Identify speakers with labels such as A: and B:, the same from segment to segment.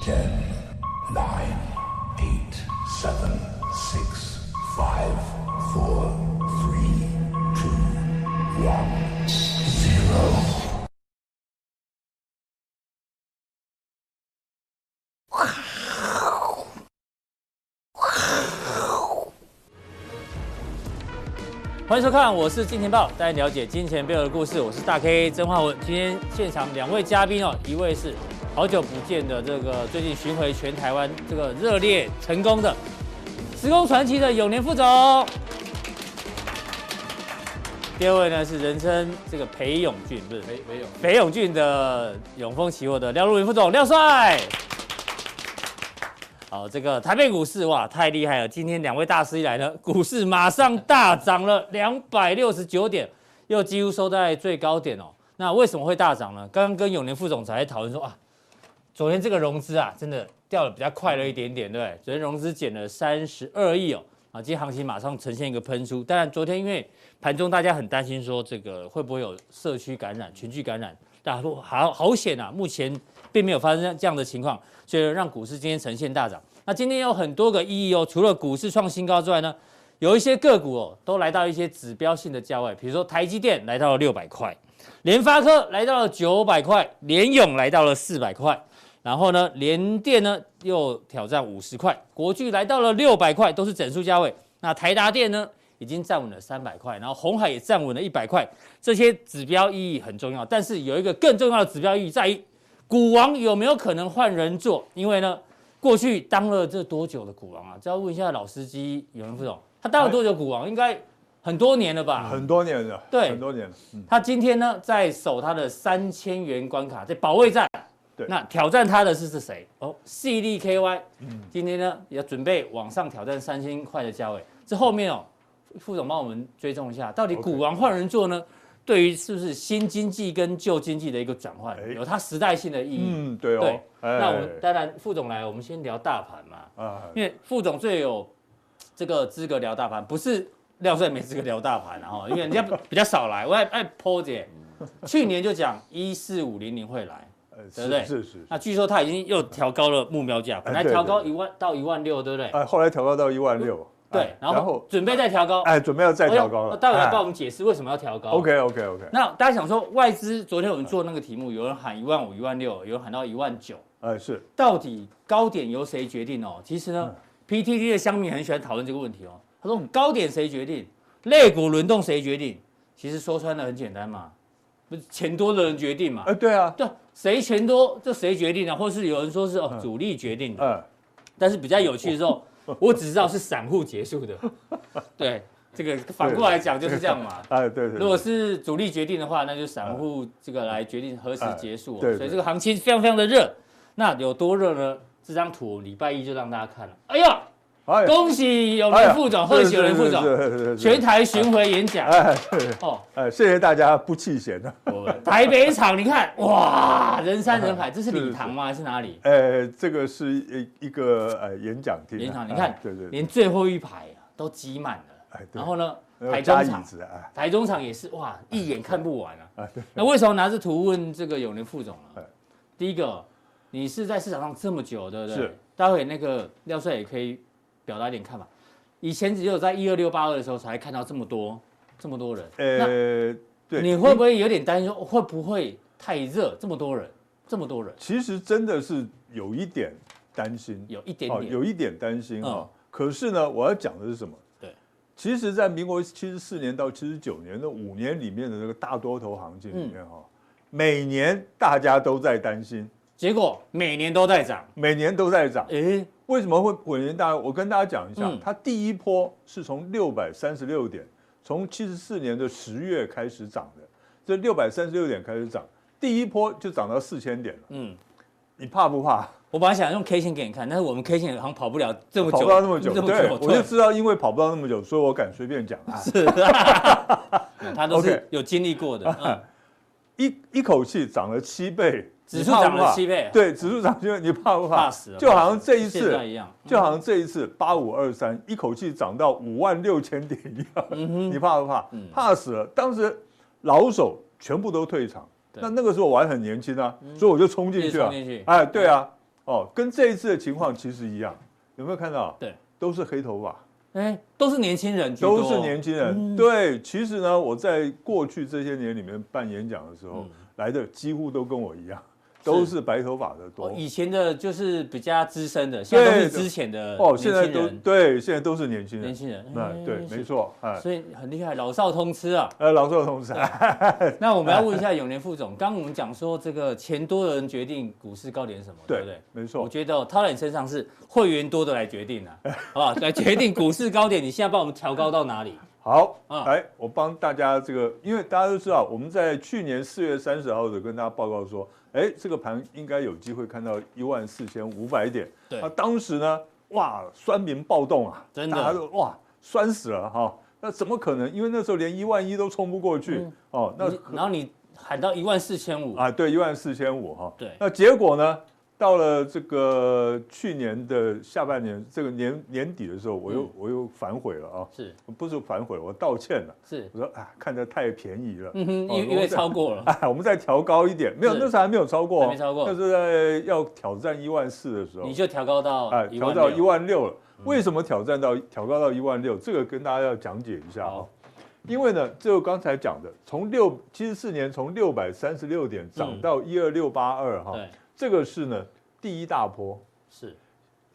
A: Ten, nine, eight, seven, six, five, four, three, two, one, zero.
B: 欢迎收看，我是金钱豹，带您了解金钱背后的故事。我是大 K 曾焕文。今天现场两位嘉宾哦，一位是好久不见的这个最近巡回全台湾这个热烈成功的时空传奇的永年副总，第二位呢是人称这个裴永俊，不是
C: 没没有，
B: 裴永俊的永丰期货的廖路云副总廖帅。好，这个台北股市哇太厉害了！今天两位大师一来呢，股市马上大涨了两百六十九点，又几乎收在最高点哦。那为什么会大涨呢？刚刚跟永年副总裁在讨论说啊，昨天这个融资啊，真的掉的比较快了一点点，对不对？昨天融资减了三十二亿哦，啊，今天行情马上呈现一个喷出。当然，昨天因为盘中大家很担心说这个会不会有社区感染、群聚感染，大家说好好险啊，目前并没有发生这样的情况，所以让股市今天呈现大涨。那今天有很多个意义哦，除了股市创新高之外呢，有一些个股哦都来到一些指标性的价位，比如说台积电来到了六百块，联发科来到了九百块，联咏来到了四百块。然后呢，联电呢又挑战五十块，国巨来到了六百块，都是整数价位。那台达电呢已经站稳了三百块，然后红海也站稳了一百块，这些指标意义很重要。但是有一个更重要的指标意义在于，股王有没有可能换人做？因为呢，过去当了这多久的股王啊？这要问一下老司机有人不懂，他当了多久股王？应该很多年了吧？
C: 很多年了，
B: 对
C: 很多年了，嗯，
B: 他今天呢在守他的三千元关卡，在保卫战。
C: 对
B: 那挑战他的是是谁？哦，CDKY，今
C: 嗯
B: 天呢也准备往上挑战三千块的价位。这后面哦，副总帮我们追踪一下，到底
C: OK
B: 股王换人做呢，对于是不是新经济跟旧经济的一个转换，
C: 哎
B: 有它时代性的意义。
C: 嗯，对
B: 对
C: 哦，，哎
B: 那我们当然副总来，我们先聊大盘嘛。
C: 啊，
B: 因为副总最有这个资格聊大盘，不是廖帅没资格聊大盘啊，然后因为人家比较少来，我爱爱剖姐，去年就讲一四五零零会来，
C: 呃
B: 对不对
C: 是是是，
B: 那据说他已经又调高了目标价，本来
C: 哎对
B: 调高
C: 对
B: 一万到一万六，对不对？
C: 哎，后来调高到一万六，
B: 对
C: 哎，
B: 然后准备再调高，
C: 哎，准备要再
B: 哎呦
C: 调高了，
B: 待会来
C: 哎
B: 帮我们解释为什么要调高。
C: ，OK OK OK，
B: 那大家想说外资昨天我们做那个题目，有人喊一万五、一万六，有人喊到一万九，
C: 哎是，
B: 到底高点由谁决定哦？其实呢、p t t 的乡民很喜欢讨论这个问题哦。他说高点谁决定，肋骨轮动谁决定？其实说穿了很简单嘛，不是钱多的人决定嘛。
C: 哎对啊，
B: 对，谁钱多这谁决定啊？或是有人说是哦主力决定的，
C: 嗯，
B: 但是比较有趣的时候，我只知道是散户结束的。对，这个反过来讲就是这样嘛。
C: 哎对对，啊
B: 如果是主力决定的话，那就散户这个来决定何时结束、哦
C: 哎对
B: 所
C: 对
B: 以这个行情非常非常的热。那有多热呢？这张图我礼拜一就让大家看了。哎呀，
C: 哎
B: 恭喜永年副总，贺喜永年副总，
C: 总
B: 全，台巡回演讲、
C: 哎对
B: 哦。
C: 哎，谢谢大家不弃嫌啊的，
B: 台北场，你看，哇，人山人海，这是礼堂吗？还是哪里？
C: 哎，这个是一一个呃演讲厅啊，
B: 演讲你
C: 哎
B: 看
C: 对对，
B: 连最后一排啊都挤满了
C: 哎。对
B: 然后呢，
C: 要
B: 台
C: 加
B: 中
C: 椅
B: 场，
C: 子啊，
B: 台中场也是哇，
C: 哎
B: 一眼看不完啊。那为什么拿着图问这个永年副总呢
C: 哎？
B: 第一个，你是在市场上这么久，对不对？
C: 是。
B: 待会那个廖帅也可以表达一点看法。以前只有在一二六八二的时候才看到这么多这么多人，
C: 哎呃对，
B: 你会不会有点担心说会不会太热？这么多人，这么多人，
C: 其实真的是有一点担心，
B: 有一点
C: 哦，
B: 点。
C: 有一点担心
B: 嗯
C: 哈、可是呢，我要讲的是什么？
B: 对，
C: 其实，在民国七十四年到七十九年那五年里面的那个大多头行情里
B: 嗯
C: 面哈、每年大家都在担心，
B: 结果每年都在涨，
C: 每年都在涨。
B: 诶，
C: 为什么会每年大？我跟大家讲一下，
B: 嗯
C: 它第一波是从六百三十六点，从七十四年的十月开始涨的，这六百三十六点开始涨，第一波就涨到四千点了。
B: 嗯。
C: 你怕不怕？
B: 我本来想用 K 线给你看，但是我们 K 线好像跑不了这么久，
C: 跑不到那么久，
B: 这么
C: 对，
B: 久
C: 我就知道，因为跑不到那么久，所以我敢随便讲啊，
B: 是， 嗯他都是
C: OK
B: 有经历过的。 嗯
C: 一一口气涨了七倍，
B: 指
C: 你
B: 数
C: 怕不
B: 涨了
C: 怕
B: 七倍
C: 对，指数涨七倍，你怕不怕？
B: 怕死了
C: 就好像这一
B: 现在
C: 次，
B: 一样，
C: 就好像这一次八五二三一口气涨到五万六千点一样，
B: 嗯
C: 你怕不怕？怕死了，当时老手全部都退场。
B: 对嗯
C: 那那个时候我还很年轻啊，所以我就冲进去啊
B: 一直冲进去！
C: 哎，对啊，哦，跟这一次的情况其实一样，有没有看到？
B: 对，
C: 都是黑头发，
B: 哎，都是年轻人居多
C: 都是年轻
B: 嗯
C: 人。对，其实呢，我在过去这些年里面办演讲的时候，
B: 嗯
C: 来的几乎都跟我一样，都是白头发的
B: 哦
C: 多。
B: 以前的就是比较资深的，现在都是之前的
C: 哦，
B: 年
C: 现
B: 轻
C: 在都
B: 人，
C: 对，现在都是年轻
B: 年
C: 人。
B: 轻人，
C: 哎
B: 哎
C: 对，没，错，哎
B: 是，所以很厉害，老少通吃啊。
C: 呃，老寿同志，
B: 那我们要问一下永年副总，刚刚我们讲说这个钱多的人决定股市高点什么，对不 对
C: 对？，没
B: 我
C: 错，
B: 觉得哦掏在你身上是会员多的来决定啊，好不好？来决定股市高点，你现在帮我们调高到哪里？
C: 好，
B: 啊
C: 来，我帮大家这个，因为大家都知道，我们在去年四月三十号的时候跟大家报告说，哎，这个盘应该有机会看到一万四千五百点。
B: 对
C: 啊，当时呢，哇，酸民暴动啊，
B: 真的
C: 大家都哇酸死了哈、那怎么可能？因为那时候连一万一都冲不过去、哦。那
B: 你然后你喊到一万四千五，
C: 啊，对，一万四千五哈。
B: 对
C: 那结果呢？到了这个去年的下半年，这个年年底的时候，我又、
B: 嗯
C: 我又反悔了啊，
B: 是
C: 不是反悔，我道歉了。
B: 是，
C: 我说啊，看着太便宜 了，
B: 嗯哼，
C: 哦
B: 因因为超，过
C: 我
B: 了
C: 们，再哎，我们再调高一点，没有，
B: 是
C: 那时候还没有超过哦，
B: 还没超过
C: 那是在要挑战一万四的时候，
B: 你就调高到
C: 哎，
B: 一
C: 调
B: 万
C: 到
B: 六嗯
C: 一万六了。为什么挑战到调高到一万六？这个跟大家要讲解一下啊、
B: 好
C: 因为呢，就刚才讲的，从六七十四年从六百三十六点涨
B: 嗯
C: 到一二六八二哈，
B: 对，
C: 这个是呢第一大波。
B: 是。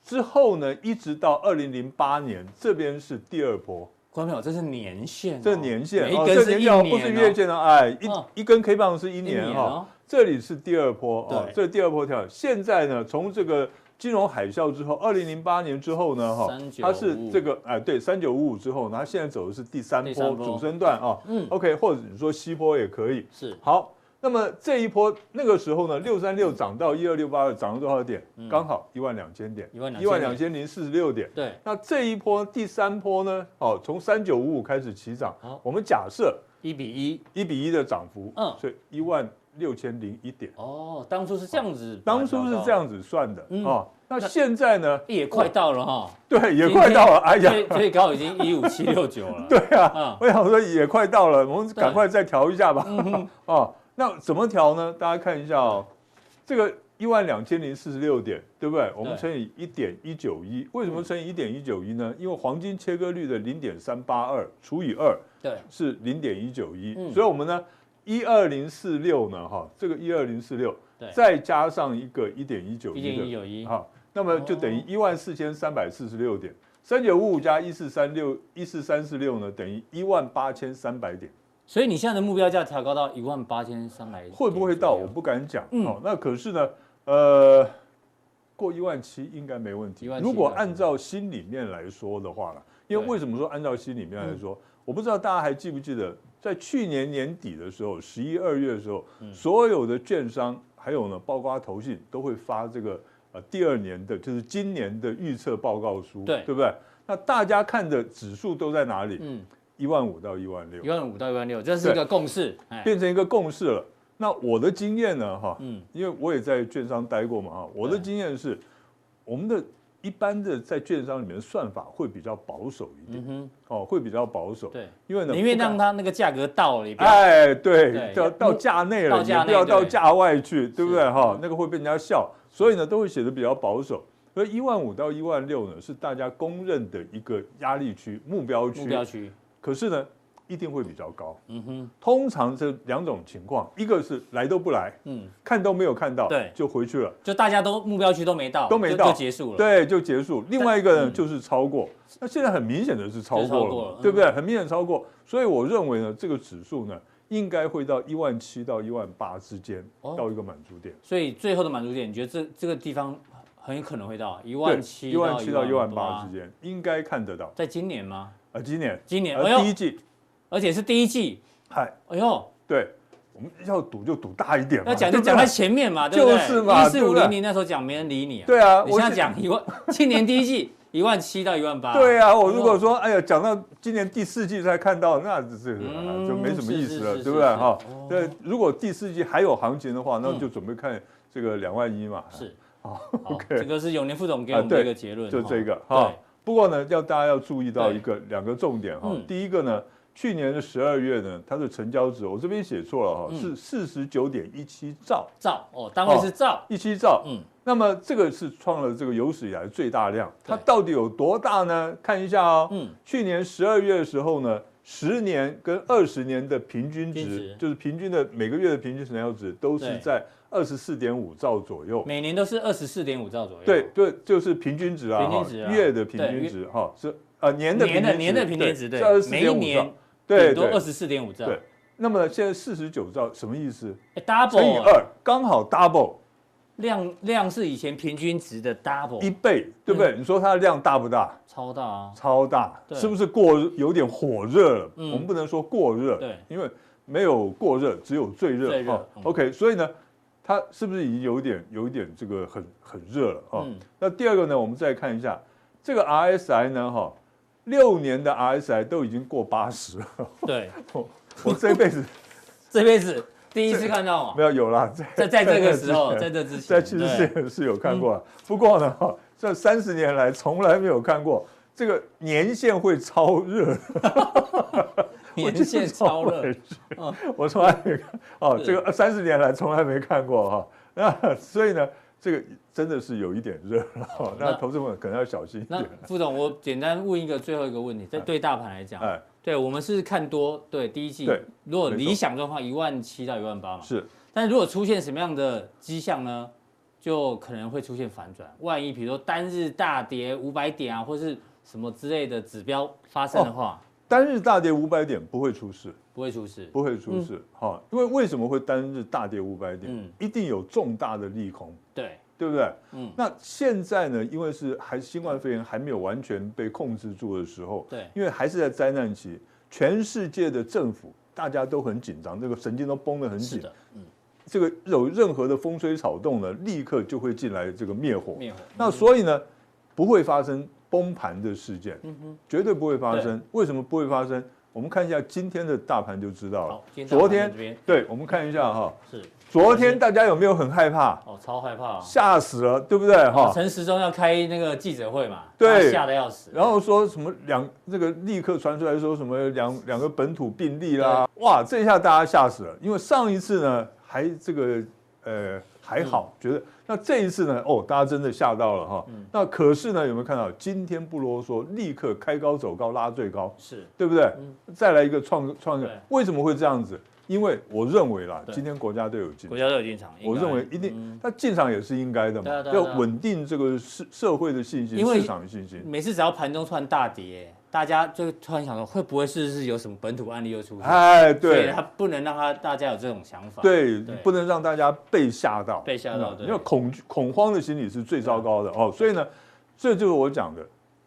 C: 之后呢，一直到二零零八年，这边是第二波，
B: 观众朋友，这是年限哦，
C: 这年限
B: 每一
C: 哦，
B: 根
C: 这
B: 是一
C: 年
B: 年
C: 线
B: 哦，
C: 哦不是月线哦，哎，
B: 哦
C: 一一根 K 棒是一
B: 一
C: 年
B: 年
C: 哈、
B: 哦，
C: 这里是第二波哦
B: 对，
C: 这第二波跳。现在呢，从这个金融海啸之后，二零零八年之后呢，哈
B: 3955，
C: 它是这个哎对，三九五五之后，呢，它现在走的是第三
B: 第
C: 波
B: 三波
C: 主升段啊。
B: 嗯
C: OK，或者你说西波也可以。
B: 是
C: 好，那么这一波那个时候呢，六三六涨到一二六八二，涨了多少点？
B: 嗯
C: 刚好一万两千点，
B: 12,000
C: 一万两千零四十六点。
B: 对，
C: 那这一波第三波呢？哦，从三九五五开始起涨
B: 好，
C: 我们假设
B: 一比一
C: 一比一的涨幅，
B: 嗯
C: 所以一万六千零一点。
B: 哦，当初是这样子，
C: 当初是这，样子算的
B: 嗯
C: 哦，那
B: 那
C: 现在呢？
B: 也快到了哈，
C: 对，也快到了，哎 呀，
B: 最最高已经一五七六九了，
C: 对
B: 嗯
C: 啊，我想说也快到了，我们赶快再调一下
B: 嗯
C: 吧。哦，那怎么调呢？大家看一下哦，这个一万两千零四十六点，对不对？我们
B: 对
C: 乘以一点一九一，为什
B: 嗯
C: 么乘以一点一九一呢？因为黄金切割率的零点三八二除以二
B: 对，
C: 是零点一九一
B: 嗯，
C: 所以我们呢一二零四六呢，哈，这个一二零四六
B: 对
C: 再加上一个一点一九
B: 一
C: 一
B: 点
C: 的
B: 一哦九一，
C: 好，那么就等于一万四千三百四十六点，三九五五加一四三六一四三四六呢，等于一万八千三百点，
B: 所以你现在的目标价调高到一万八千三百，
C: 会不会到？我不敢讲。
B: 嗯
C: 好，那可是呢，呃，过一万七应该没问题
B: 1万。七
C: 如果按照心里面来说的话呢，因为
B: 对嗯
C: 为什么说按照心里面来说？我不知道大家还记不记得，在去年年底的时候，十一二月的时候，
B: 嗯
C: 所有的券商还有呢，包括投信都会发这个呃第二年的，就是今年的预测报告书，
B: 对
C: 对不对？那大家看的指数都在哪里？
B: 嗯，
C: 一万五到一万六
B: 一，万五到一万六，这是一个共识，哎，
C: 变成一个共识了。那我的经验呢，哈，
B: 嗯，
C: 因为我也在券商待过嘛，哈，我的
B: 对
C: 经验是，我们的一般的在券商里面的算法会比较保守一点，
B: 嗯哼，
C: 哦，会比较保守，
B: 对，
C: 因为呢，
B: 宁愿
C: 不敢
B: 让它那个价格到了，也不要
C: 哎，对
B: 对，
C: 到
B: 要
C: 到价内
B: 到
C: 了，
B: 价
C: 也
B: 内
C: 不要到
B: 对
C: 价外去，对不对
B: 是
C: 哈？那个会被人家笑，所以呢，都会写的比较保守。所以一万五到一万六呢，是大家公认的一个压力区、目标区。
B: 目标区，
C: 可是呢，一定会比较高。
B: 嗯哼，
C: 通常这两种情况，一个是来都不来，
B: 嗯，
C: 看都没有看到，
B: 对
C: 就回去了，
B: 就大家都目标区都没到，
C: 都没
B: 就
C: 到
B: 就结束了，，
C: 对，就结束。另外一个呢，
B: 嗯
C: 就是超过。那现在很明显的是超
B: 就是
C: 过
B: 超过
C: 了
B: 了嗯
C: 嘛，对不对？很明显超过。所以我认为呢，这个指数呢，应该会到一万七到一万八之间
B: 哦
C: 到一个满足点。
B: 所以最后的满足点，你觉得这这个地方很有可能会到一
C: 对
B: 万七
C: 一万七到一万八之
B: 间，
C: 间应该看得到。
B: 在今年吗？
C: 啊，今年，
B: 今年，哎
C: 呃，第一
B: 呦，
C: 季，
B: 而且是第一季，
C: 嗨，
B: 哎呦，
C: 对，我们要赌就赌大一点嘛，
B: 要讲
C: 对
B: 就
C: 不对
B: 讲啊在前面嘛，对不对？
C: 就是嘛
B: 一四
C: 对
B: 五
C: 不对
B: 零零那时候讲没人理你啊，
C: 对啊，
B: 你
C: 我
B: 现在
C: 是。
B: 讲一万，今年第一季一万七到一万八，
C: 对啊，我
B: 哎呦
C: 如果说，哎呀，讲到今年第四季才看到，那这个
B: 嗯
C: 就没什么意思了
B: 是是，
C: 对不
B: 是
C: 对？
B: 是
C: 哈
B: 哦，
C: 对，如果第四季还有行情的话，那
B: 嗯
C: 就准备看这个两万一嘛。
B: 是，
C: 好
B: 好，
C: 啊，OK
B: 这个是永年副总给我们
C: 啊
B: 的
C: 对
B: 一个结论，
C: 就
B: 哈
C: 这个
B: 哦对
C: 哈。不过呢，要大家要注意到一个两个重点哈
B: 嗯。
C: 第一个呢，去年的十二月呢，它的成交值我这边写错了
B: 嗯
C: 哈，是四十九点一七兆，
B: 兆哦，单位是兆，
C: 一七兆。
B: 嗯，
C: 那么这个是创了这个有史以来最大量，它
B: 对
C: 到底有多大呢？看一下哦，
B: 嗯
C: 去年十二月的时候呢，十年跟二十年的平均值，
B: 均值
C: 就是平均的每个月的平均成交值都
B: 对
C: 是在二十四点五兆左右。
B: 每年都是二十四点五兆左右。
C: 对，对，就是平均值啊，
B: 平均
C: 哈
B: 值啊
C: 月的平均值哈是呃年的
B: 年的年的平均值，
C: 对，二十
B: 每一
C: 点五
B: 年
C: 兆，对
B: 顶多二
C: 对
B: 十四点五兆
C: 对。那么呢，现在四十九兆什么意思？
B: 哎
C: 乘以
B: ，double
C: 二，刚好 double
B: 量量是以前平均值的
C: 一
B: double，
C: 倍，对不对？你说它的量大不大？
B: 超大啊！
C: 超大，
B: 嗯对
C: 是不是过有点火热了？
B: 嗯
C: 我们不能说过热，
B: 对
C: 因为没有过热，只有最热
B: 最热
C: 哦
B: 嗯
C: OK，所以呢，它是不是已经有一点有一点这个很很热了啊、哦
B: 嗯
C: 那第二个呢，我们再看一下这个 RSI 呢，哈、六年的 RSI 都已经过八十了，
B: 对，
C: 我这辈 子
B: 这辈子第一次看到 嘛，
C: 没有有啦，在
B: 在在这个时候，
C: 在
B: 在这之前，
C: 在七十
B: 对
C: 岁
B: 嗯
C: 是有看过了，啊不过呢，哈、这三十年来从来没有看过这个年限会超热的
B: 年限超热，，
C: 我就是这么回事 我从来没看哦，
B: 是
C: 这个三十年来从来没看过哈、 那所以呢，这个真的是有一点热了、哦，
B: 那
C: 那投资者可能要小心一
B: 那
C: 点。
B: 副总，我简单问一个最后一个问题，
C: 嗯
B: 在对大盘来讲，
C: 哎，
B: 对我们是看多，对第一季
C: 对，
B: 如果
C: 没错
B: 理想状况一万七到一万八嘛，
C: 是
B: 但如果出现什么样的迹象呢，就可能会出现反转。万一比如说单日大跌五百点啊，或是什么之类的指标发生的
C: 哦
B: 话，
C: 单日大跌五百点不会出事，
B: 不会出事。
C: 不会出事哈、因为为什么会单日大跌五百点、
B: 嗯
C: 一定有重大的利空，
B: 对，
C: 对不对？
B: 嗯，
C: 那现在呢，因为是还新冠肺炎还没有完全被控制住的时候，
B: 对
C: 因为还是在灾难期，全世界的政府大家都很紧张，这个神经都绷得很
B: 是
C: 紧。
B: 的，嗯，
C: 这个有任何的风吹草动呢，立刻就会进来这个灭火。
B: 灭火。
C: 那所以呢，不会发生崩盘的事件，
B: 嗯哼，
C: 绝对不会发生。为什么不会发生？我们看一下今天的大盘就知道了
B: 好。，今
C: 昨
B: 天
C: 天
B: 到这边
C: 对，我们看一下哈，
B: 是
C: 昨天大家有没有很害怕？
B: 哦，超害怕啊。
C: 吓死了，对不对哈？
B: 陈时中要开那个记者会嘛，
C: 对
B: 他吓得要死。
C: 然后说什么两这个立刻传出来说什么两两个本土病例啦，哇，这下大家吓死了，因为上一次呢还这个呃还
B: 嗯
C: 好，觉得那这一次呢哦，大家真的吓到了哈。那可是呢有没有看到今天不啰嗦，立刻开高走高拉最高，
B: 是
C: 对不对？
B: 嗯
C: 再来一个创创个
B: 对，
C: 为什么会这样子？因为我认为啦，
B: 对
C: 今天国家队有进
B: 国。家队有进场，应
C: 我
B: 该
C: 认为一定
B: 嗯，
C: 他进场也是应该的
B: 对啊
C: 嘛，
B: 对啊
C: 要
B: 对啊
C: 稳定这个社社会的信心
B: 因，为
C: 市场的信心。
B: 每次只要盘中突然大跌，大家就突然想说，会不会是是有什么本土案例又出现？
C: 哎，
B: 所以
C: 对
B: 他不能让他大家有这种想法。，
C: 对，
B: 对
C: 不能让大家被吓到，
B: 被吓到
C: 嗯
B: 对
C: 因为恐惧恐慌的心理是最糟糕的哦。所以呢，这就是我讲的，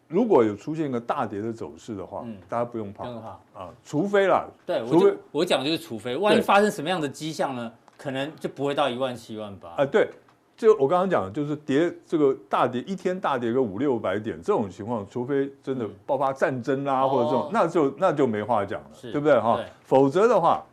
C: 如果有出现一个大跌的走势的话
B: 嗯，
C: 大家不用怕
B: 更好。
C: 啊，除非啦，
B: 对，我
C: 除非
B: 就我讲就是，除非万一
C: 对
B: 发生什么样的迹象呢，可能就不会到一万七、一万八。
C: 啊，对，就我刚刚讲的，就是跌这个大跌一天大跌个五六百点这种情况，除非真的
B: 嗯
C: 爆发战争啦，或者这
B: 哦
C: 种，那就那就没话讲了，
B: 是
C: 对不对哈
B: 对？
C: 否则的话，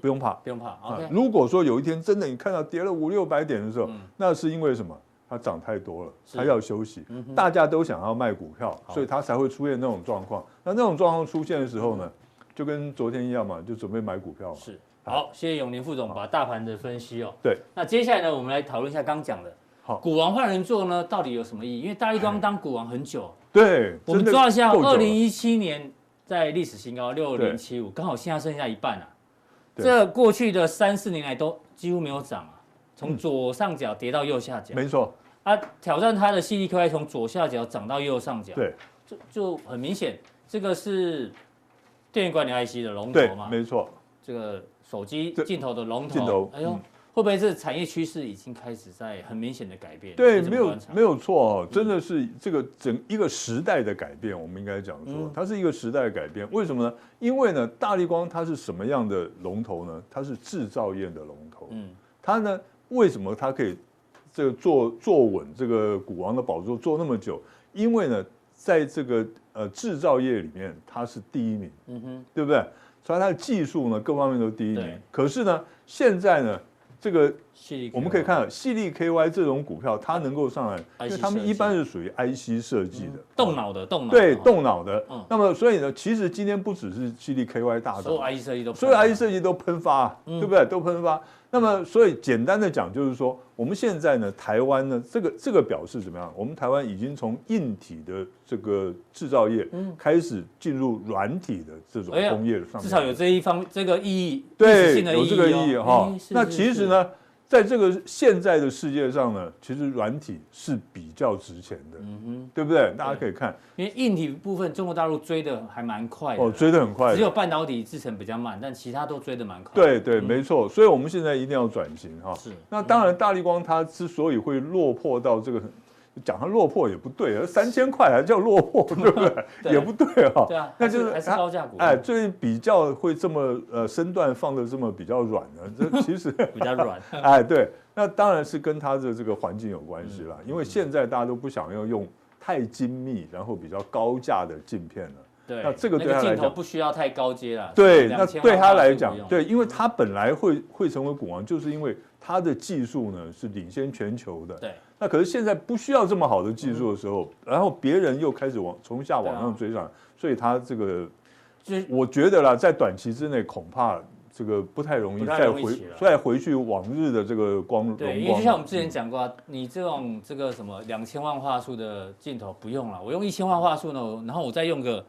C: 不用怕。
B: 不用怕
C: 啊
B: ，OK，，
C: 如果说有一天真的你看到跌了五六百点的时候
B: 嗯，
C: 那是因为什么？它涨太多了，
B: 是
C: 它要休息
B: 嗯哼。
C: 大家都想要卖股票，
B: 好
C: 所以它才会出现那种状况。那那种状况出现的时候呢，
B: 嗯
C: 就跟昨天一样嘛，就准备买股票嘛。
B: 是好，谢谢永年副总把大盘的分析哦。
C: 对，
B: 那接下来呢，我们来讨论一下刚讲的，
C: 好
B: 股王换人做呢，到底有什么意义？因为大力光当股王很久，
C: 对，
B: 我们
C: 真的
B: 抓一下，
C: 够久了
B: 二零一七年在历史新高六零七五，刚好现在剩下一半啊。
C: 对
B: 这过去的三四年来都几乎没有涨啊，从左上角跌到右下角。
C: 嗯没错，
B: 啊，挑战它的 CDKY 从左下角涨到右上角，，
C: 对
B: 就就很明显，这个是电源管理 IC 的龙
C: 对
B: 头，嘛，
C: 没错，
B: 这个手机
C: 对
B: 镜头的龙头，
C: 镜头
B: 哎呦，
C: 嗯
B: 会不会是产业趋势已经开始在很明显的改变？
C: 对，
B: 你怎
C: 没
B: 么
C: 有
B: 观察嗯
C: 没有错哦，真的是这个整一个时代的改变，我们应该讲说
B: 嗯，
C: 它是一个时代的改变。为什么呢？因为呢，大力光它是什么样的龙头呢？它是制造业的龙头。
B: 嗯，
C: 他呢，为什么他可以这个坐坐稳这个股王的宝座坐那么久？因为呢，在这个呃制造业里面，他是第一名，
B: 嗯哼，
C: 对不对？所以他的技术呢，各方面都第一名
B: 对。
C: 可是呢，现在呢，这个
B: 细
C: 我们可以看到，细粒 KY 这种股票，它能够上来，因为他们一般是属于 IC 设计的，
B: 动脑的动脑的
C: 对
B: 哦
C: 动脑的
B: 嗯。
C: 那么所以呢，其实今天不只是细粒 KY 大涨
B: 所有，IC 设计都
C: 所有 IC 设计都喷发，啊
B: 嗯
C: 对不对？都喷发。那么所以简单的讲，就是说我们现在呢，台湾呢，这个这个表示怎么样？我们台湾已经从硬体的这个制造业开始进入软体的这种
B: 嗯哎呀
C: 工业上面，
B: 至少有这一方这个意义，历史
C: 对，
B: 性的
C: 有这个
B: 哦
C: 意义哈
B: 哎。是
C: 那
B: 是
C: 其实
B: 是
C: 呢，在这个现在的世界上呢，其实软体是比较值钱的，
B: 嗯
C: 对不对？大家可以看
B: 因为硬体部分中国大陆追的还蛮快的，
C: 哦，追得很快
B: 哎只
C: 的，
B: 有嗯半导体制程比较慢，但其他都追得蛮快。，
C: 对对，没错。所以我们现在一定要转型哈
B: 是。
C: 那当然，大力光它之所以会落魄到这个。讲它落魄也不对，三千块还叫落魄，对不
B: 对
C: 对？也不对哈。
B: 对啊
C: 那
B: 还是
C: 就是
B: 还是
C: 它
B: 高价股
C: 哎，最比较会这么呃身段放的这么比较软的，这其实
B: 比较 软。
C: 哎，对，那当然是跟它的这个环境有关系啦，因为现在大家都不想要用太精密，然后比较高价的镜片了。
B: 对，
C: 那这个对
B: 那
C: 他来
B: 镜头
C: 讲
B: 不需要太高阶了。
C: 对，
B: 2000
C: 那对他来讲
B: 万啊画素不用，
C: 对，因为他本来会会成为股王，就是因为他的技术呢是领先全球的。
B: 对，嗯
C: 那可是现在不需要这么好的技术的时候，然后别人又开始往从下往
B: 啊
C: 上追上来，所以他这个
B: 就是
C: 我觉得啦，在短期之内恐怕这个不太容易
B: 不太
C: 再
B: 容易
C: 回
B: 起来
C: 再回去往日的这个光荣
B: 对，
C: 光。
B: 因为就像我们之前讲过啊，你这种这个什么两千万画素的镜头不用了，我用一千万画素呢，我然后我再用个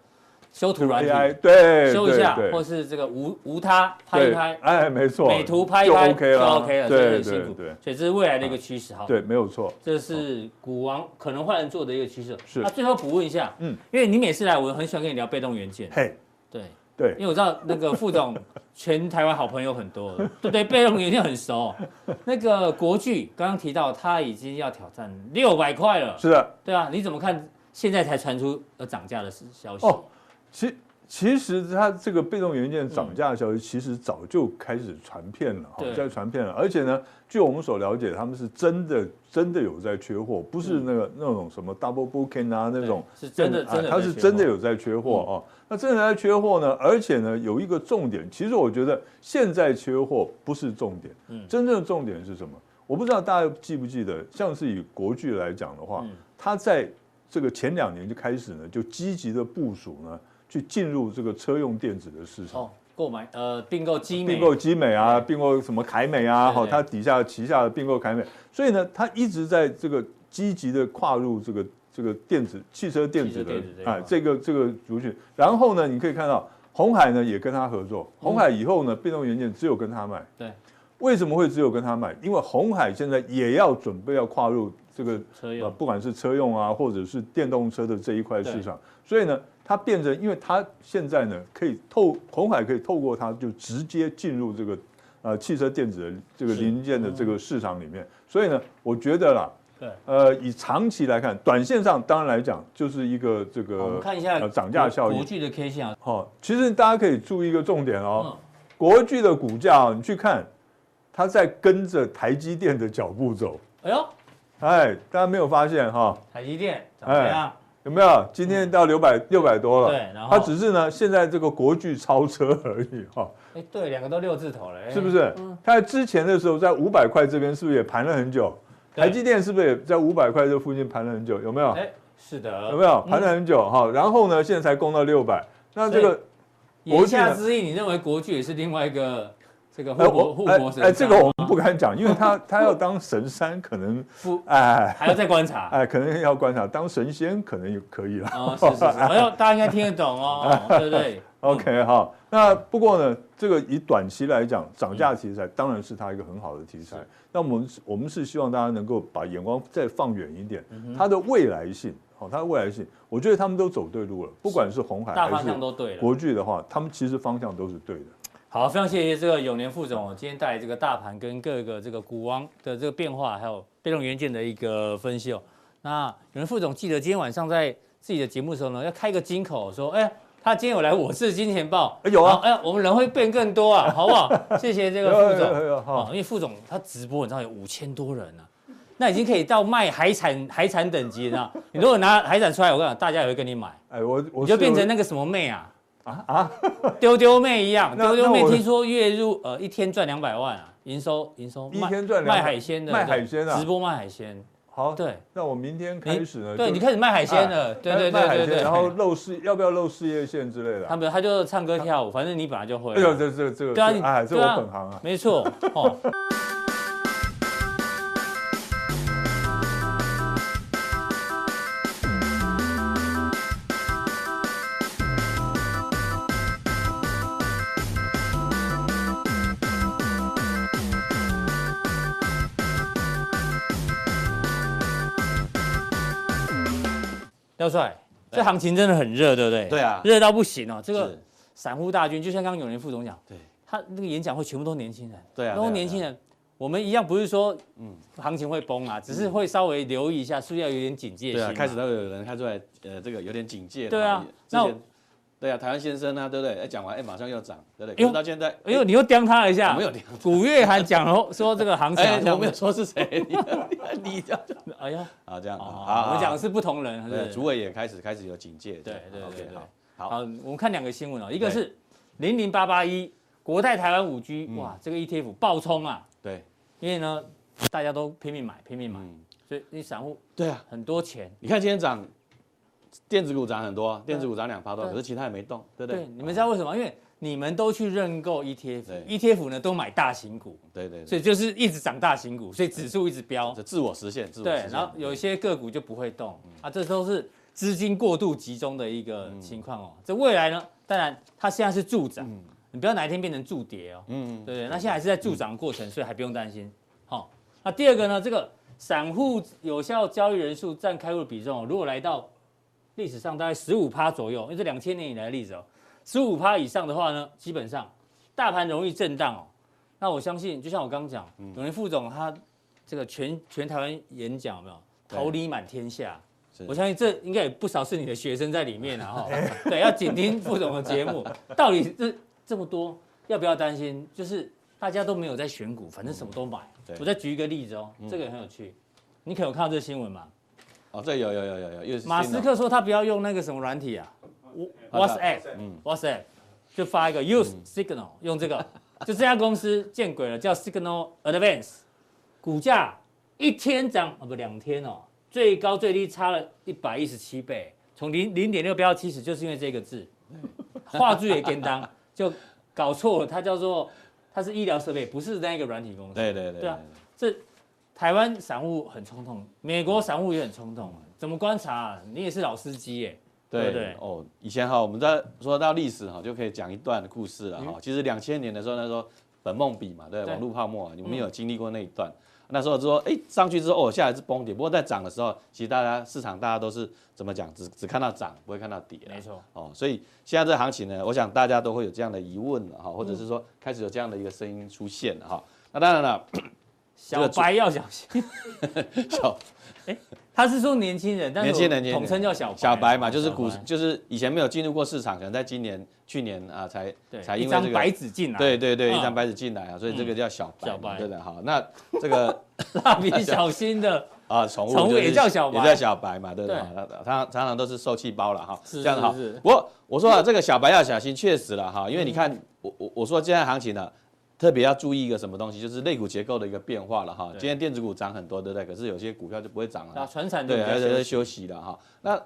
B: 修图软
C: AI
B: 体
C: 对
B: 修一下
C: 哎对，对
B: 或是这个无无它拍一
C: 对
B: 拍，
C: 哎，没错，
B: 美图拍一
C: 就
B: 拍
C: OK 了，
B: OK 了，
C: 对
B: 这是
C: 对
B: 很辛苦
C: 对。嗯
B: 所以这是未来的一个趋势哈。
C: 对，没有错，
B: 这是股王可能换人做的一个趋势。
C: 是
B: 那最后补问一下，嗯
C: 嗯，
B: 因为你每次来，我很喜欢跟你聊被动元件。
C: 嘿，
B: 对，
C: 对
B: 因，为我知道那个副总全台湾好朋友很多，对对，被动元件很熟。那个国巨刚刚提到他已经要挑战六百块了，
C: 是的，
B: 对啊，你怎么看？现在才传出呃涨价的消息。
C: 哦，其其实它这个被动元件涨价的消息，其实早就开始传遍了，哈
B: 对，
C: 在传遍了。而且呢，据我们所了解，他们是真的真的有在缺货，不是那个那种什么 double booking 啊那种，
B: 是真的
C: 啊
B: 真的有在缺货嗯
C: 它是真的有在缺货哦。那真的在缺货呢，而且呢，有一个重点，其实我觉得现在缺货不是重点，
B: 嗯
C: 真正的重点是什么？我不知道大家记不记得，像是以国巨来讲的
B: 嗯
C: 话，它在这个前两年就开始呢，就积极的部署呢，去进入这个车用电子的市场。
B: 哦，购买呃并购基美，
C: 并购集美啊，并购什么凯美啊，
B: 对对
C: 好，它底下旗下的并购凯美，所以呢，它一直在这个积极的跨入这个这个电子汽车电子
B: 汽车
C: 的
B: 电子这一块
C: 哎这个这个族群。然后呢，你可以看到红海呢也跟它合
B: 嗯
C: 作，红海以后呢，被动元件只有跟它买。
B: 对，
C: 为什么会只有跟它买？因为红海现在也要准备要跨入这个
B: 车
C: 呃，
B: 用
C: 不管是车用啊，或者是电动车的这一块
B: 对
C: 市场，所以呢，它变成，因为它现在呢，可以透红海可以透过它就直接进入这个呃汽车电子的这个
B: 是嗯
C: 零件的这个市场里面，所以呢，我觉得啦，
B: 对，
C: 呃，以长期来看，短线上当然来讲就是一个这个
B: 我们看一下
C: 呃涨价效
B: 国
C: 应。
B: 巨的 K 线啊，
C: 好，其实大家可以注意一个重点哦
B: 嗯，
C: 国巨的股价哦，你去看，它在跟着台积电的脚步走。
B: 哎呦，
C: 哎，大家没有发现哈、
B: 台积电涨怎么样？
C: 有没有？今天到六百六百哎多了，
B: 嗯对然后
C: 它只是呢，现在这个国巨超车而已哈、
B: 哎，对，两个都六字头了，哎
C: 是不？是？它在之前的时候在五百块这边是不是也盘了很久？
B: 对
C: 台积电是不是也在五百块这附近盘了很久？有没有？
B: 哎，是的，
C: 有没有盘了很久哈、然后呢，现在才攻到六百，那这
B: 所
C: 个
B: 言下之意，你认为国剧也是另外一个这个护
C: 哎
B: 国护
C: 哎
B: 国神山吗？啊
C: 哎，这个我
B: 哦
C: 们不敢讲，因为 它它要当神山，可能
B: 不
C: 哎
B: 还要再观 察。
C: 哎，可能要观察，当神仙可能也可以了。
B: 哦，是是是，哎呦，大家应该听得 懂哦，对不对？
C: OK 哈，那不过呢，这个以短期来讲，涨价题材当然是它一个很好的题材。那我们是我们是希望大家能够把眼光再放远一点，它的未来性，好，它的未来性，我觉得他们都走对路了，不管是红海
B: 嗯大
C: 还
B: 方
C: 是
B: 向都对了。
C: 国巨的话，他们其实方向都是对的。
B: 好，非常谢谢这个永年副总哦，今天带来这个大盘跟各个这个股王的这个变化，还有被动元件的一个分析哦。那永年副总记得今天晚上在自己的节目的时候呢，要开个金口说，哎。他今天有来《我是金钱豹》
C: 哎有啊
B: 好哎，我们人会变更多啊，好 不好？谢谢这个
C: 有
B: 副
C: 有
B: 总。
C: 有有
B: 哦
C: 哈，，
B: 因为副总他直播，你知道有五千多人啊，那已经可以到卖海产海产等级了。你如果拿海产出来，我跟你讲，大家也会跟你买，
C: 哎，我我
B: 你就是变
C: 有
B: 成那个什么妹啊 啊啊，丢丢妹一样。
C: 那
B: 丢丢妹
C: 那我
B: 听说月入呃一天赚两百万啊，营收营收
C: 一
B: 卖
C: 天赚两百
B: 卖海鲜的，
C: 卖
B: 对
C: 海鲜啊
B: 直播卖海鲜，
C: 好，
B: 对
C: 那我明天开始呢，
B: 对
C: 就啊
B: 你开始卖海鲜了，对对
C: 卖海
B: 对对
C: 鲜
B: 对，
C: 然后露事要不要露事业线之类的
B: 他
C: 啊？
B: 们他就唱歌跳舞，反正你本来就会
C: 哎呦，
B: 啊，
C: 这这这个，
B: 对啊
C: 这
B: 你
C: 哎，这
B: 对啊
C: 我本行啊。
B: 没错哦。廖帅，这行情真的很热，对不对？
D: 嗯对啊
B: 热到不行哦。这
D: 这
B: 个散户大军，就像刚刚永年副总讲，
D: 对
B: 他那个演讲会全部都年轻人，
D: 对啊
B: 都年轻人。我们一样不是说，嗯，行情会崩啊，只是会稍微留意一下，是不是要有点警戒心
D: 对
B: 嘛。
D: 啊，开始都有人看出来，呃，这个有点警戒了。
B: 对啊
D: 之
B: 那
D: 前对啊，台湾先生啊，对不对？哎，讲完哎，马上又涨，对不
B: 哎
D: 对？
B: 呦
D: 可是到现在，
B: 哎呦，你又刁他一下。
D: 我没有刁他
B: 古月涵讲了说这个行情
D: 哎，
B: 好
D: 我
B: 像
D: 没有，说是谁， 你你这样
B: 哎呀，
D: 啊这样啊，好
B: 哦我们讲的
D: 好
B: 是不同人，是不
D: 对，
B: 是
D: 主委也开始开始有警戒。
B: 对对对
D: OK，
B: 对
D: 好，
B: 好，
D: 好，
B: 我们看两个新闻哦，一个是零零八八一国泰台湾五 G，哇，
D: 嗯
B: 这个 ETF 爆冲啊，
D: 对，
B: 因为呢大家都拼命买，拼命买，
D: 嗯，
B: 所以你散户
D: 对啊，
B: 很多钱，
D: 你看今天涨，电子股涨很多，啊电子股涨两趴多，
B: 对
D: 可是其他也没动，对不
B: 对，
D: 对？
B: 你们知道为什么？因为你们都去认购 E
D: 对
B: ETF，ETF 呢都买大型股，
D: 哦对对
B: 所
D: 对，
B: 以就是一直涨大型股，所以指数一直飙
D: 这。自我实现，自我
B: 对
D: 实现。，嗯
B: 然后有一些个股就不会动啊，这都是资金过度集中的一个情况哦。这未来呢，当然它现在是助涨，你不要哪一天变成助跌哦。
D: 嗯，嗯，
B: 对不对？那现在还是在助涨过程，所以还不用担心。好、那第二个呢，这个散户有效交易人数占开户的比重哦、如果来到历史上大概十五趴左右，因为这两千年以来的例子哦，十五趴以上的话呢，基本上大盘容易震荡哦。那我相信，就像我刚刚讲，
D: 嗯
B: 永年副总他这个全全台湾演讲有没有
D: 对
B: 桃李满天下？
D: 是
B: 我相信这应该有不少是你的学生在里面 啊，哈，对，要紧盯副总的节目。到底这这么多，要不要担心？就是大家都没有在选股，反正什么都买
D: 嗯对。嗯
B: 我再举一个例子哦，这个也很有趣，你可能有看到这个新闻嘛？
D: 哦，这有有有有有，又是
B: 马
D: 新的
B: 斯克说他不要用那个什么软体啊
D: 啊
B: ，WhatsApp，WhatsApp 就发一个 Use Signal，用这个，就这家公司见鬼了，叫 Signal Advance，股价一天涨啊不两天哦，最高最低差了一百一十七倍，从零零点六飙到七十，就是因为这个字，话剧也跟当就搞错了，它叫做它是医疗设备，不是那个软体公司。
D: 对对对
B: 对啊这台湾散户很冲动，美国散户也很冲动啊。怎么观察、啊？你也是老司机耶、对
D: 对
B: 不对
D: 哦，以前哈，我们在说到历史哈，就可以讲一段故事了哈。其实两千年的时候，那时候本梦比嘛，对，
B: 对
D: 网络泡沫啊，你们有经历过那一段。那时候就说，哎，上去之后哦，下来是崩跌。不过在涨的时候，其实大家市场大家都是怎么讲，只只看到涨，不会看到跌啦。
B: 没错
D: 哦，所以现在这行情呢，我想大家都会有这样的疑问了哈，或者是说开始有这样的一个声音出现了哈。那当然了，
B: 小白要小心。 哎
D: 小
B: 他是说年轻人，但是
D: 年轻人
B: 我
D: 年轻人
B: 统称叫小白
D: 小白嘛，就是
B: 小
D: 股
B: 白，
D: 就是以前没有进入过市场，可能在今年、去年啊，才才
B: 对，
D: 因
B: 一
D: 为
B: 张
D: 这
B: 白
D: 个。
B: 纸进来，
D: 对对对，
B: 嗯
D: 一张白纸进来啊，所以这个叫小白嘛，
B: 小白
D: 对的好，那这个
B: 蜡 笔小新的，
D: 啊，宠物
B: 宠物
D: 就是
B: 也叫小白
D: 也叫小白嘛，对的
B: 对
D: 哈，那常常常常都是受气包了哈，
B: 是
D: 这样哈
B: 是是。
D: 不过我说啊，这个小白要小心，确实了哈，因为你
B: 嗯
D: 看我我我说现在行情呢，特别要注意一个什么东西，就是类股结构的一个变化了哈。今天电子股涨很多，对不对？可是有些股票就不会涨了
B: 啊，。传产的
D: 对，
B: 比较
D: 而且
B: 小
D: 在休息了哈。那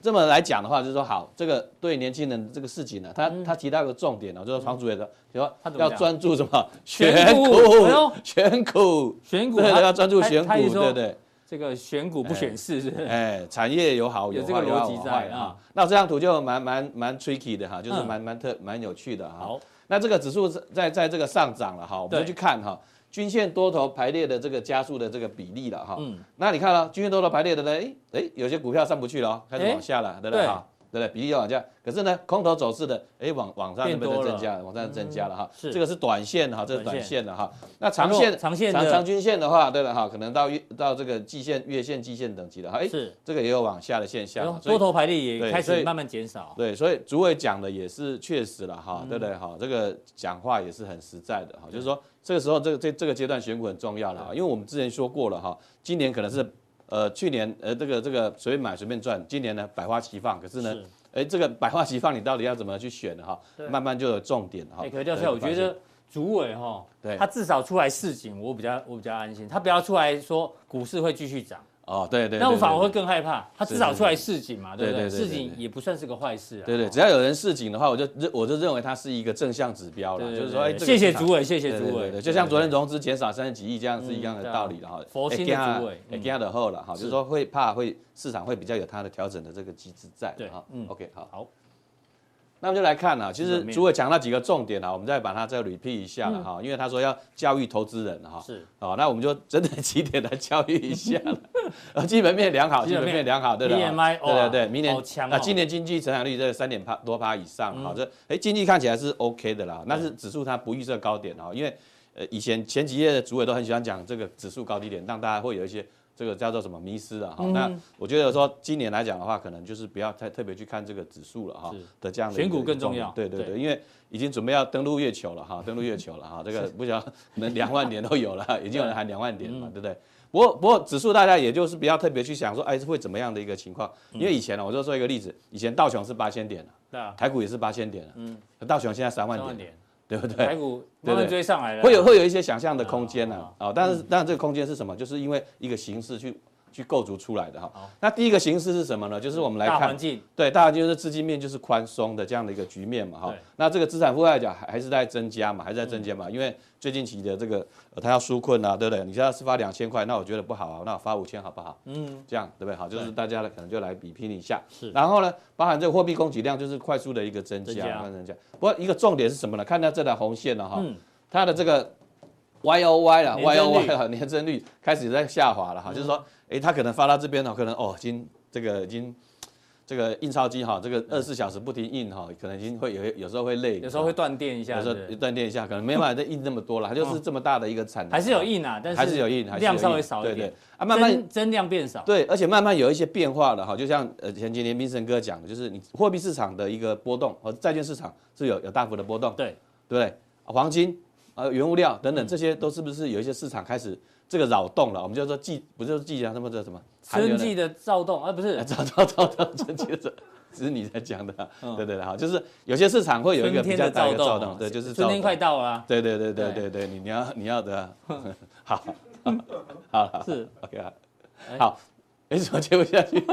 D: 这么来讲的话，就是说好，这个对年轻人这个事情呢，他他提到一个重点呢，哦就是黄主任说，就
B: 嗯他
D: 说
B: 怎么
D: 要
B: 讲
D: 专注什么
B: 选股哎呦
D: 选股，
B: 选股
D: 对，
B: 他
D: 要专注
B: 他
D: 选股，
B: 他也说
D: 对对，
B: 这个选股不选市，是不是？
D: 哎，产业有好
B: 有
D: 有
B: 这个
D: 坏，有
B: 逻
D: 好
B: 辑
D: 有
B: 在
D: 坏
B: 啊
D: 哈。那这张图就蛮蛮蛮 tricky 的哈，就是
B: 嗯
D: 蛮蛮特蛮有趣的哈。
B: 好，
D: 那这个指数在在在这个上涨了哈，我们
B: 对
D: 就去看哈均线多头排列的这个加速的这个比例了哈。
B: 嗯
D: 那你看了均线多头排列的呢，哎哎，有些股票上不去了哦，开始
B: 哎
D: 往下了，对不对
B: 对
D: 哈？对不对？比例又往下，可是呢，空头走势的，哎，往往上这
B: 变
D: 边
B: 多
D: 在
B: 了嗯
D: 增加了，往上增加了哈。
B: 是
D: 这个是短线哈，这是
B: 短
D: 短
B: 线
D: 线的哈。那
B: 长
D: 长线
B: 若长线的
D: 长长均线的话，对了哈，可能到月到这个季线、月线、季线等级的哈，哎，
B: 是
D: 这个也有往下的现
B: 哎
D: 象啊
B: 呦
D: 了，所以
B: 多头排列也
D: 对
B: 开
D: 所
B: 始
D: 以
B: 慢慢减少，
D: 对，所以主委讲的也是确实了哈，对
B: 嗯
D: 不对哈？这个讲话也是很实在的哈，就是说这个时候这个这这个阶段选股很重要了哈，因为我们之前说过了哈，今年可能是呃去年呃这个这个随便买随便赚，今年呢百花齐放，可是呢
B: 是。
D: 哎，这个百花齐放，你到底要怎么去选呢？哈
B: 对，
D: 慢慢就有重点哈。
B: 哎，可是廖帅，我觉
D: 对
B: 得主委哈，
D: 对
B: 他至少出来示警，我比较我比较安心，他不要出来说股市会继续涨，
D: 哦，对对，
B: 那我
D: 对
B: 反而
D: 对
B: 会更害怕。他至少出来示警嘛，对不对？
D: 对对对对
B: 示警也不算是个坏事啊。
D: 对对，
B: 哦
D: 只要有人示警的话，我就认我就认为它是一个正向指标了，
B: 对对
D: 就是说，哎，
B: 对
D: 这个
B: 谢谢
D: 市场
B: 主委，谢谢
D: 对
B: 主
D: 对
B: 委
D: 对，对，就像昨天融资减少三十几亿这样是一样
B: 对
D: 的
B: 啊
D: 道理了哈。
B: 佛心的主委
D: 哎，
B: 嗯
D: 给他的后了哈，就是说会怕会市场会比较有它的调整的这个机制在
B: 对
D: 了哈
B: 嗯。
D: OK，好，
B: 好，
D: 那我们就来看啊，其
B: 基
D: 实
B: 本面嗯
D: 主委讲到几个重点啊，我们再把它再 repeat 一下了哈，因为他说要教育投资人哈。
B: 是
D: 哦，那我们就真的 几点来教育一下了。呃，基本面良好，
B: 基
D: 基
B: 本
D: 本
B: 面
D: 面良好，对不对哦
B: PMI
D: 对
B: 哇
D: 对对，明年
B: 好强哦嗯
D: 啊，今年经济成长率在三点帕多趴以上，好，这哎经济看起来是 OK 的啦，但是指数它不预设高点哦，因为呃以前前几页的主委都很喜欢讲这个指数高低点，让大家会有一些。这个叫做什么迷失了哈？那
B: 嗯
D: 我觉得说今年来讲的话，可能就是不要太特别去看这个指数了哈
B: 是
D: 的这样的
B: 选
D: 一个
B: 股更重要
D: 对对
B: 对
D: 对，因为已经准备要登陆月球了哈，登陆月球了哈，这个不晓得可能两万点都有了，已经有人喊两万点
B: 嗯
D: 了嘛，对不对？不过不过指数大家也就是不要特别去想说，哎，会怎么样的一个情况？
B: 嗯
D: 因为以前呢，我就说一个例子，以前道琼是八千点了，
B: 对啊，
D: 台股也是八千点了，嗯，道琼现在三万
B: 三万
D: 点，
B: 点，
D: 对不对
B: 台？股啊慢慢追上来了，
D: 会有会有一些想象的空间呢
B: 啊、
D: 啊，但是但这个空间是什么？就是因为一个形式去去构筑出来的哈
B: 好。
D: 那第一个形式是什么呢？就是我们来
B: 哦大
D: 看
B: 环，境，
D: 对，大家就是资金面就是宽松的这样的一个局面嘛，哈
B: 对。嗯
D: 那这个资产负债表还还是在增加嘛，还是在增加嘛，因为最近期的这个呃它要纾困啊，对不对？你现在是发两千块，那我觉得不好啊，那我发五千好不好？
B: 嗯，
D: 这样对不对？好，就是
B: 对
D: 大家可能就来比拼一下。
B: 是
D: 然后呢，包含这个货币供给量就是快速的一个增加，
B: 增加
D: 快速增加。不过一个重点是什么呢？看到这条红线了哈
B: 嗯，
D: 它的这个 Y O Y 啦
B: 年
D: ，Y
B: 增
D: O
B: 率嗯
D: Y 啊，年增率开始在下滑了哈，就是说，诶，它可能发到这边了，可能哦，已经这个已经。这个印钞机哈，这个二十四小时不停印哈，可能已经会有有时候会累，
B: 嗯有时候会断电一下，
D: 有时候
B: 对不对
D: 断电一下，可能没办法再印那么多了，它就是这么大的一个产
B: 嗯
D: 能，
B: 还是有印啊，但是
D: 还是有印，还是有
B: 量
D: 印
B: 稍微少一
D: 对
B: 点
D: 对，啊，慢慢
B: 增增量变少，
D: 对，而且慢慢有一些变化了哈，就像呃前几年冰神哥讲的，就是你货币市场的一个波动和债券市场是有有大幅的波动，
B: 对
D: 对不对？啊黄金、呃原物料等等，这些都是不是有一些市场开始这个扰动了？我们就说季不就是季节什么这什么寒流
B: 春
D: 的
B: 季的躁动，啊，不是
D: 哎，走走走走，这就是只是你在讲的啊，对对对，好，就是有些市场会有一
B: 春
D: 个比
B: 天
D: 较
B: 的
D: 大的
B: 躁
D: 一个躁
B: 动
D: 动，
B: 啊，
D: 对，就是
B: 春天
D: 躁动
B: 快到了啊，
D: 对对对对
B: 对
D: 对对，你你要你要的，好，好了，
B: 是
D: OK 啊
B: 哎，
D: 好，没什么接不下去。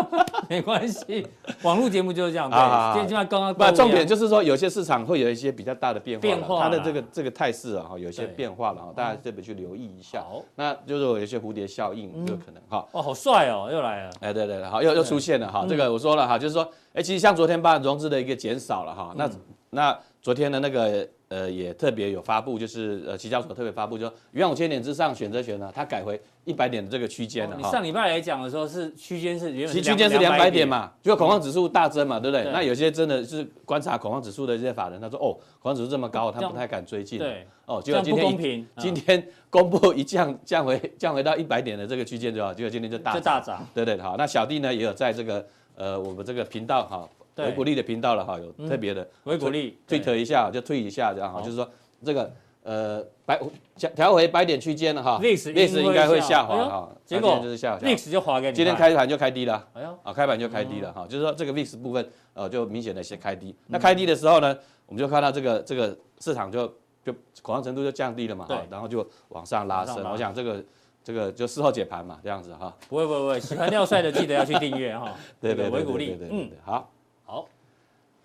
B: 没关系，网络节目就是这样，
D: 好好好
B: 对，最起码刚刚
D: 不，重点
B: 就
D: 就是说，有些市场会有一些比较大的变化啦，
B: 变化啦
D: 它的这个这个态势啊，哈，有一些
B: 对
D: 变化了哈，大家特别去留意一下
B: 好。
D: 那就是有一些蝴蝶效
B: 嗯
D: 应，就可能哈。
B: 哇，好帅哦，又来了，
D: 哎，对对对，好，又又出现了
B: 嗯
D: 哈。这个我说了哈，就是说，哎，其实像昨天把融资的一个减少了哈，那
B: 嗯
D: 那昨天的那个呃也特别有发布，就是呃期交所特别发布，就说原五千点之上选择权呢，它改回一百点的这个区间了
B: 哦你
D: 哈。
B: 上礼拜来讲的时候是区间是原本
D: 其实
B: 是
D: 区间是两百
B: 200
D: 点，嘛，就恐慌指数大增嘛，对不
B: 嗯
D: 对
B: 对？
D: 那有些真的是观察恐慌指数的这些法人，他说哦，恐慌指数这么高，他
B: 这样
D: 不太敢追进。
B: 对，
D: 哦，
B: 这
D: 结果
B: 样
D: 今
B: 不
D: 天
B: 公
D: 一
B: 平，嗯
D: 今天公布一降降回 降回到一百点的这个区间之后，结果今天就大
B: 就大
D: 涨
B: 涨，
D: 对对，好，那小弟呢也有在这个呃我们这个频道哈，
B: 对
D: 维鼓利的频道了哈，有特别的
B: 维鼓励
D: 推
B: 对
D: 推一下就推一下这样哈，
B: 好
D: 就是说这个呃百调调回百点区间了哈
B: VIX
D: 应该会下
B: 哎
D: 滑
B: 呦
D: 哈，那
B: 结
D: 今
B: 果
D: 天就是下滑。
B: 历史就划给你，
D: 今天，开盘就开低了。
B: 哎呦，
D: 啊，开盘就开低了哈、就是说这个 VIX 部分呃就明显的先开低。
B: 嗯
D: 那开低的时候呢，我们就看到这个这个市场就就恐慌程度就降低了嘛，
B: 对
D: 哈然后就往上拉
B: 往
D: 升
B: 上。拉
D: 我想这个这个就事后解盘嘛，这样子哈。
B: 不会不会不会，喜欢廖帅的记得要去订阅 哈，
D: 对
B: 这个
D: 对对
B: 维
D: 对
B: 鼓
D: 对
B: 励
D: 对，对
B: 嗯
D: 对，，好。
B: 好，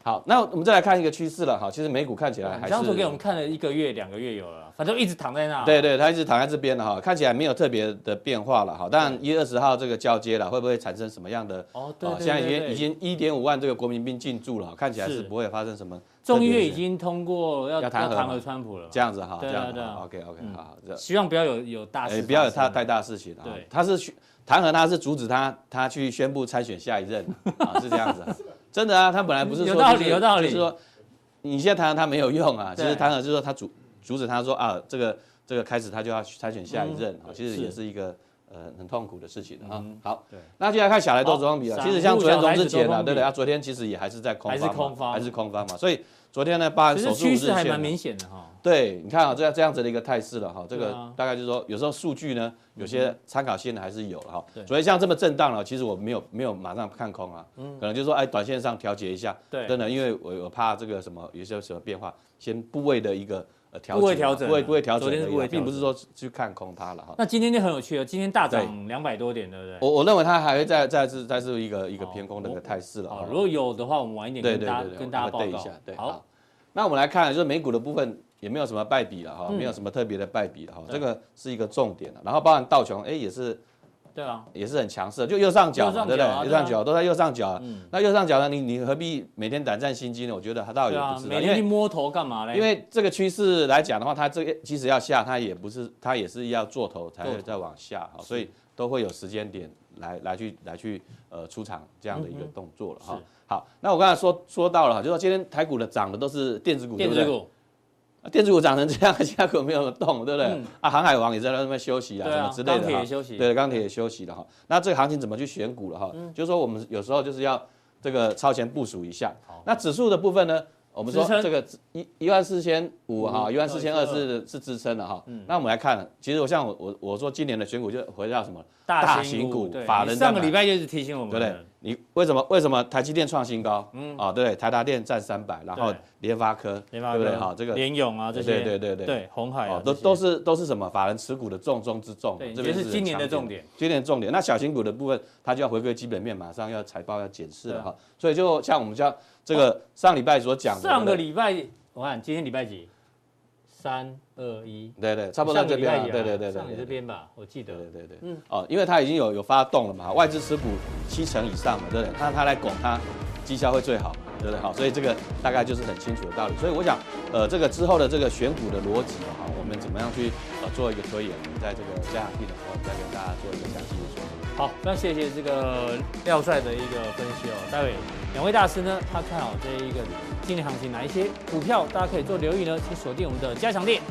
D: 好，那我们再来看一个趋势了哈。其实美股看起来
B: 你
D: 还
B: 上次
D: 是
B: 给我们看了啊一个月两个月有了，反正一直躺在那，
D: 对对，它一直躺在这边了哈，看起来没有特别的变化了哈。当然一月二十号这个交接了，会不会产生什么样的？
B: 哦对
D: 啊
B: 对
D: 现在已
B: 对
D: 经
B: 对
D: 已经一点五万这个国民兵进驻了，看起来
B: 是
D: 是不会发生什么特
B: 众
D: 别的事情。
B: 议院已经通过要要
D: 要弹劾
B: 弹
D: 嘛
B: 劾川普了嘛，
D: 这样子哈，
B: 对
D: 这
B: 啊
D: 样子
B: 对啊
D: 哈，OK OK，好，好这
B: 希望不要有有大
D: 哎
B: 事，
D: 不要有他
B: 发生
D: 太大事情啊
B: 对。
D: 他是去弹劾他是阻止他他去宣布参选下一任 啊，是这样子啊，真的啊，他本来不是说
B: 有道理
D: 就是
B: 有道理
D: 就是说你现在弹劾他没有用啊，其
B: 对
D: 实弹劾就是说他阻阻止他说啊，这个这个开始他就要去参选下一任啊，其
B: 嗯
D: 实
B: 是嗯
D: 也是一个呃很痛苦的事情啊。好
B: 对，
D: 那就来看小来多双比了
B: 好。
D: 其实像昨
B: 散
D: 天
B: 户小
D: 融
B: 孩子
D: 资前
B: 多空
D: 啊，
B: 比
D: 对不对？啊，昨天其实也还是在空
B: 还是
D: 方嘛，
B: 空方
D: 还是空方嘛，所以昨天呢，把
B: 其
D: 守
B: 实
D: 住五
B: 趋
D: 日
B: 势还
D: 线啊
B: 蛮明显的哈，
D: 对，你看啊，这样这样子的一个态势了哈，这
B: 对
D: 个
B: 啊嗯
D: 大概就是说，有时候数据呢，有些参考性的还是有了哈
B: 对。
D: 所以像这么震荡了，其实我没有没有马上看空啊，可能就是说哎，短线上调节一下，
B: 嗯对
D: 真的，因为我我怕这个什么有些什么变化，先部位的一个呃调整啊，
B: 部位调整啊
D: 不会不会调
B: 昨
D: 整而已
B: 天
D: 啊，
B: 是部位调整
D: 并不是说去看空它了哈。
B: 那今天就很有趣了，今天大涨
D: 对
B: 两百多点，对不对？哦
D: 我我认为它还会再再次再次一个一个偏空的一
B: 我
D: 个态势了
B: 好
D: 哈。，
B: 如果有的话，我们晚一点
D: 啊
B: 跟
D: 对对
B: 大
D: 对
B: 家
D: 对，
B: 跟大家
D: 我
B: 报
D: 们对
B: 告
D: 一下。对，
B: 好
D: 好，。那我们来看，就是美股的部分也没有什么败笔了
B: 嗯
D: 哈，没有什么特别的败笔了哈，这个是一个重点了。然后包含道琼，哎，也是
B: 对啊，
D: 也是很强势的，就右上角
B: 右
D: 嘛，
B: 上
D: 对不
B: 角啊嗯
D: 对？右
B: 对啊
D: 上角都在右上角。那右上角呢，你你何必每天胆战心惊呢？我觉得它倒
B: 对
D: 也不
B: 啊，
D: 是
B: 每
D: 的，因
B: 天去
D: 为
B: 摸头干嘛嘞？
D: 因为这个趋势来讲的话，它这个即使要下，它也不是它也是要做头才
B: 做
D: 会
B: 头
D: 再往下哈，所以都会有时间点来来去来去呃出场这样的一个动作了哈
B: 嗯是。
D: 好，那我刚才说说到了哈，就说今天台股的涨的都是电子股，
B: 电
D: 对
B: 子
D: 不对
B: 股，
D: 啊电子股涨成这样， 其他股没有动，对不对
B: 嗯？
D: 啊，航海王也在那边休息啊，
B: 对
D: 什
B: 啊
D: 么之类
B: 钢
D: 的
B: 铁嗯
D: 哈
B: 也休息
D: 对，钢铁也休息了哈。那这个行情怎么去选股了哈？就是说我们有时候就是要这个超前部署一下。那指数的部分呢？我们说
B: 支撑
D: 这个一一万四千五哈，
B: 嗯
D: 一万四千二是是支撑的哈。那我们来看，其实我像我我我说今年的选股就回到什么
B: 大型股，对
D: 法
B: 你
D: 人在
B: 上个
D: 买
B: 礼拜就一直提醒我们
D: 对不
B: 了，
D: 对？你为什么为什么台积电创新高？嗯，啊，对，台达电占三百，然后
B: 对
D: 联发科，
B: 联发
D: 对不对？
B: 科
D: 哈，这个
B: 联咏啊这些，
D: 对对对对
B: 对，红海啊
D: 哦，都
B: 这些
D: 都是都是什么法人持股的重中之重，
B: 对
D: 这边
B: 也是今年的
D: 很强
B: 重点，
D: 今年的重点。那小型股的部分，它就要回归基本面，马上要财报要检视了
B: 对啊
D: 哈。所以就像我们叫这个上礼拜所讲的，
B: 上个礼拜我看今天礼拜几？三二一，
D: 对对，差不多在这边
B: 上
D: 啊，
B: 个礼拜
D: 对
B: 也啊
D: 对对对
B: 上你这
D: 对。
B: 边吧，我记得
D: 对对对对，嗯，哦，因为它已经有有发动了嘛，外资持股七成以上嘛，对不对？那它来拱它，绩效会最好嘛，对不对？好，所以这个大概就是很清楚的道理。所以我想，呃，这个之后的这个选股的逻辑哈，我们怎么样去呃做一个推演，我们在这个下一定的时候再跟大家做一个详细的说明。
B: 好，那谢谢这个廖帅的一个分析哦。待会两位大师呢，他看好这一个今年行情哪一些股票，大家可以做留意呢？请锁定我们的加强店。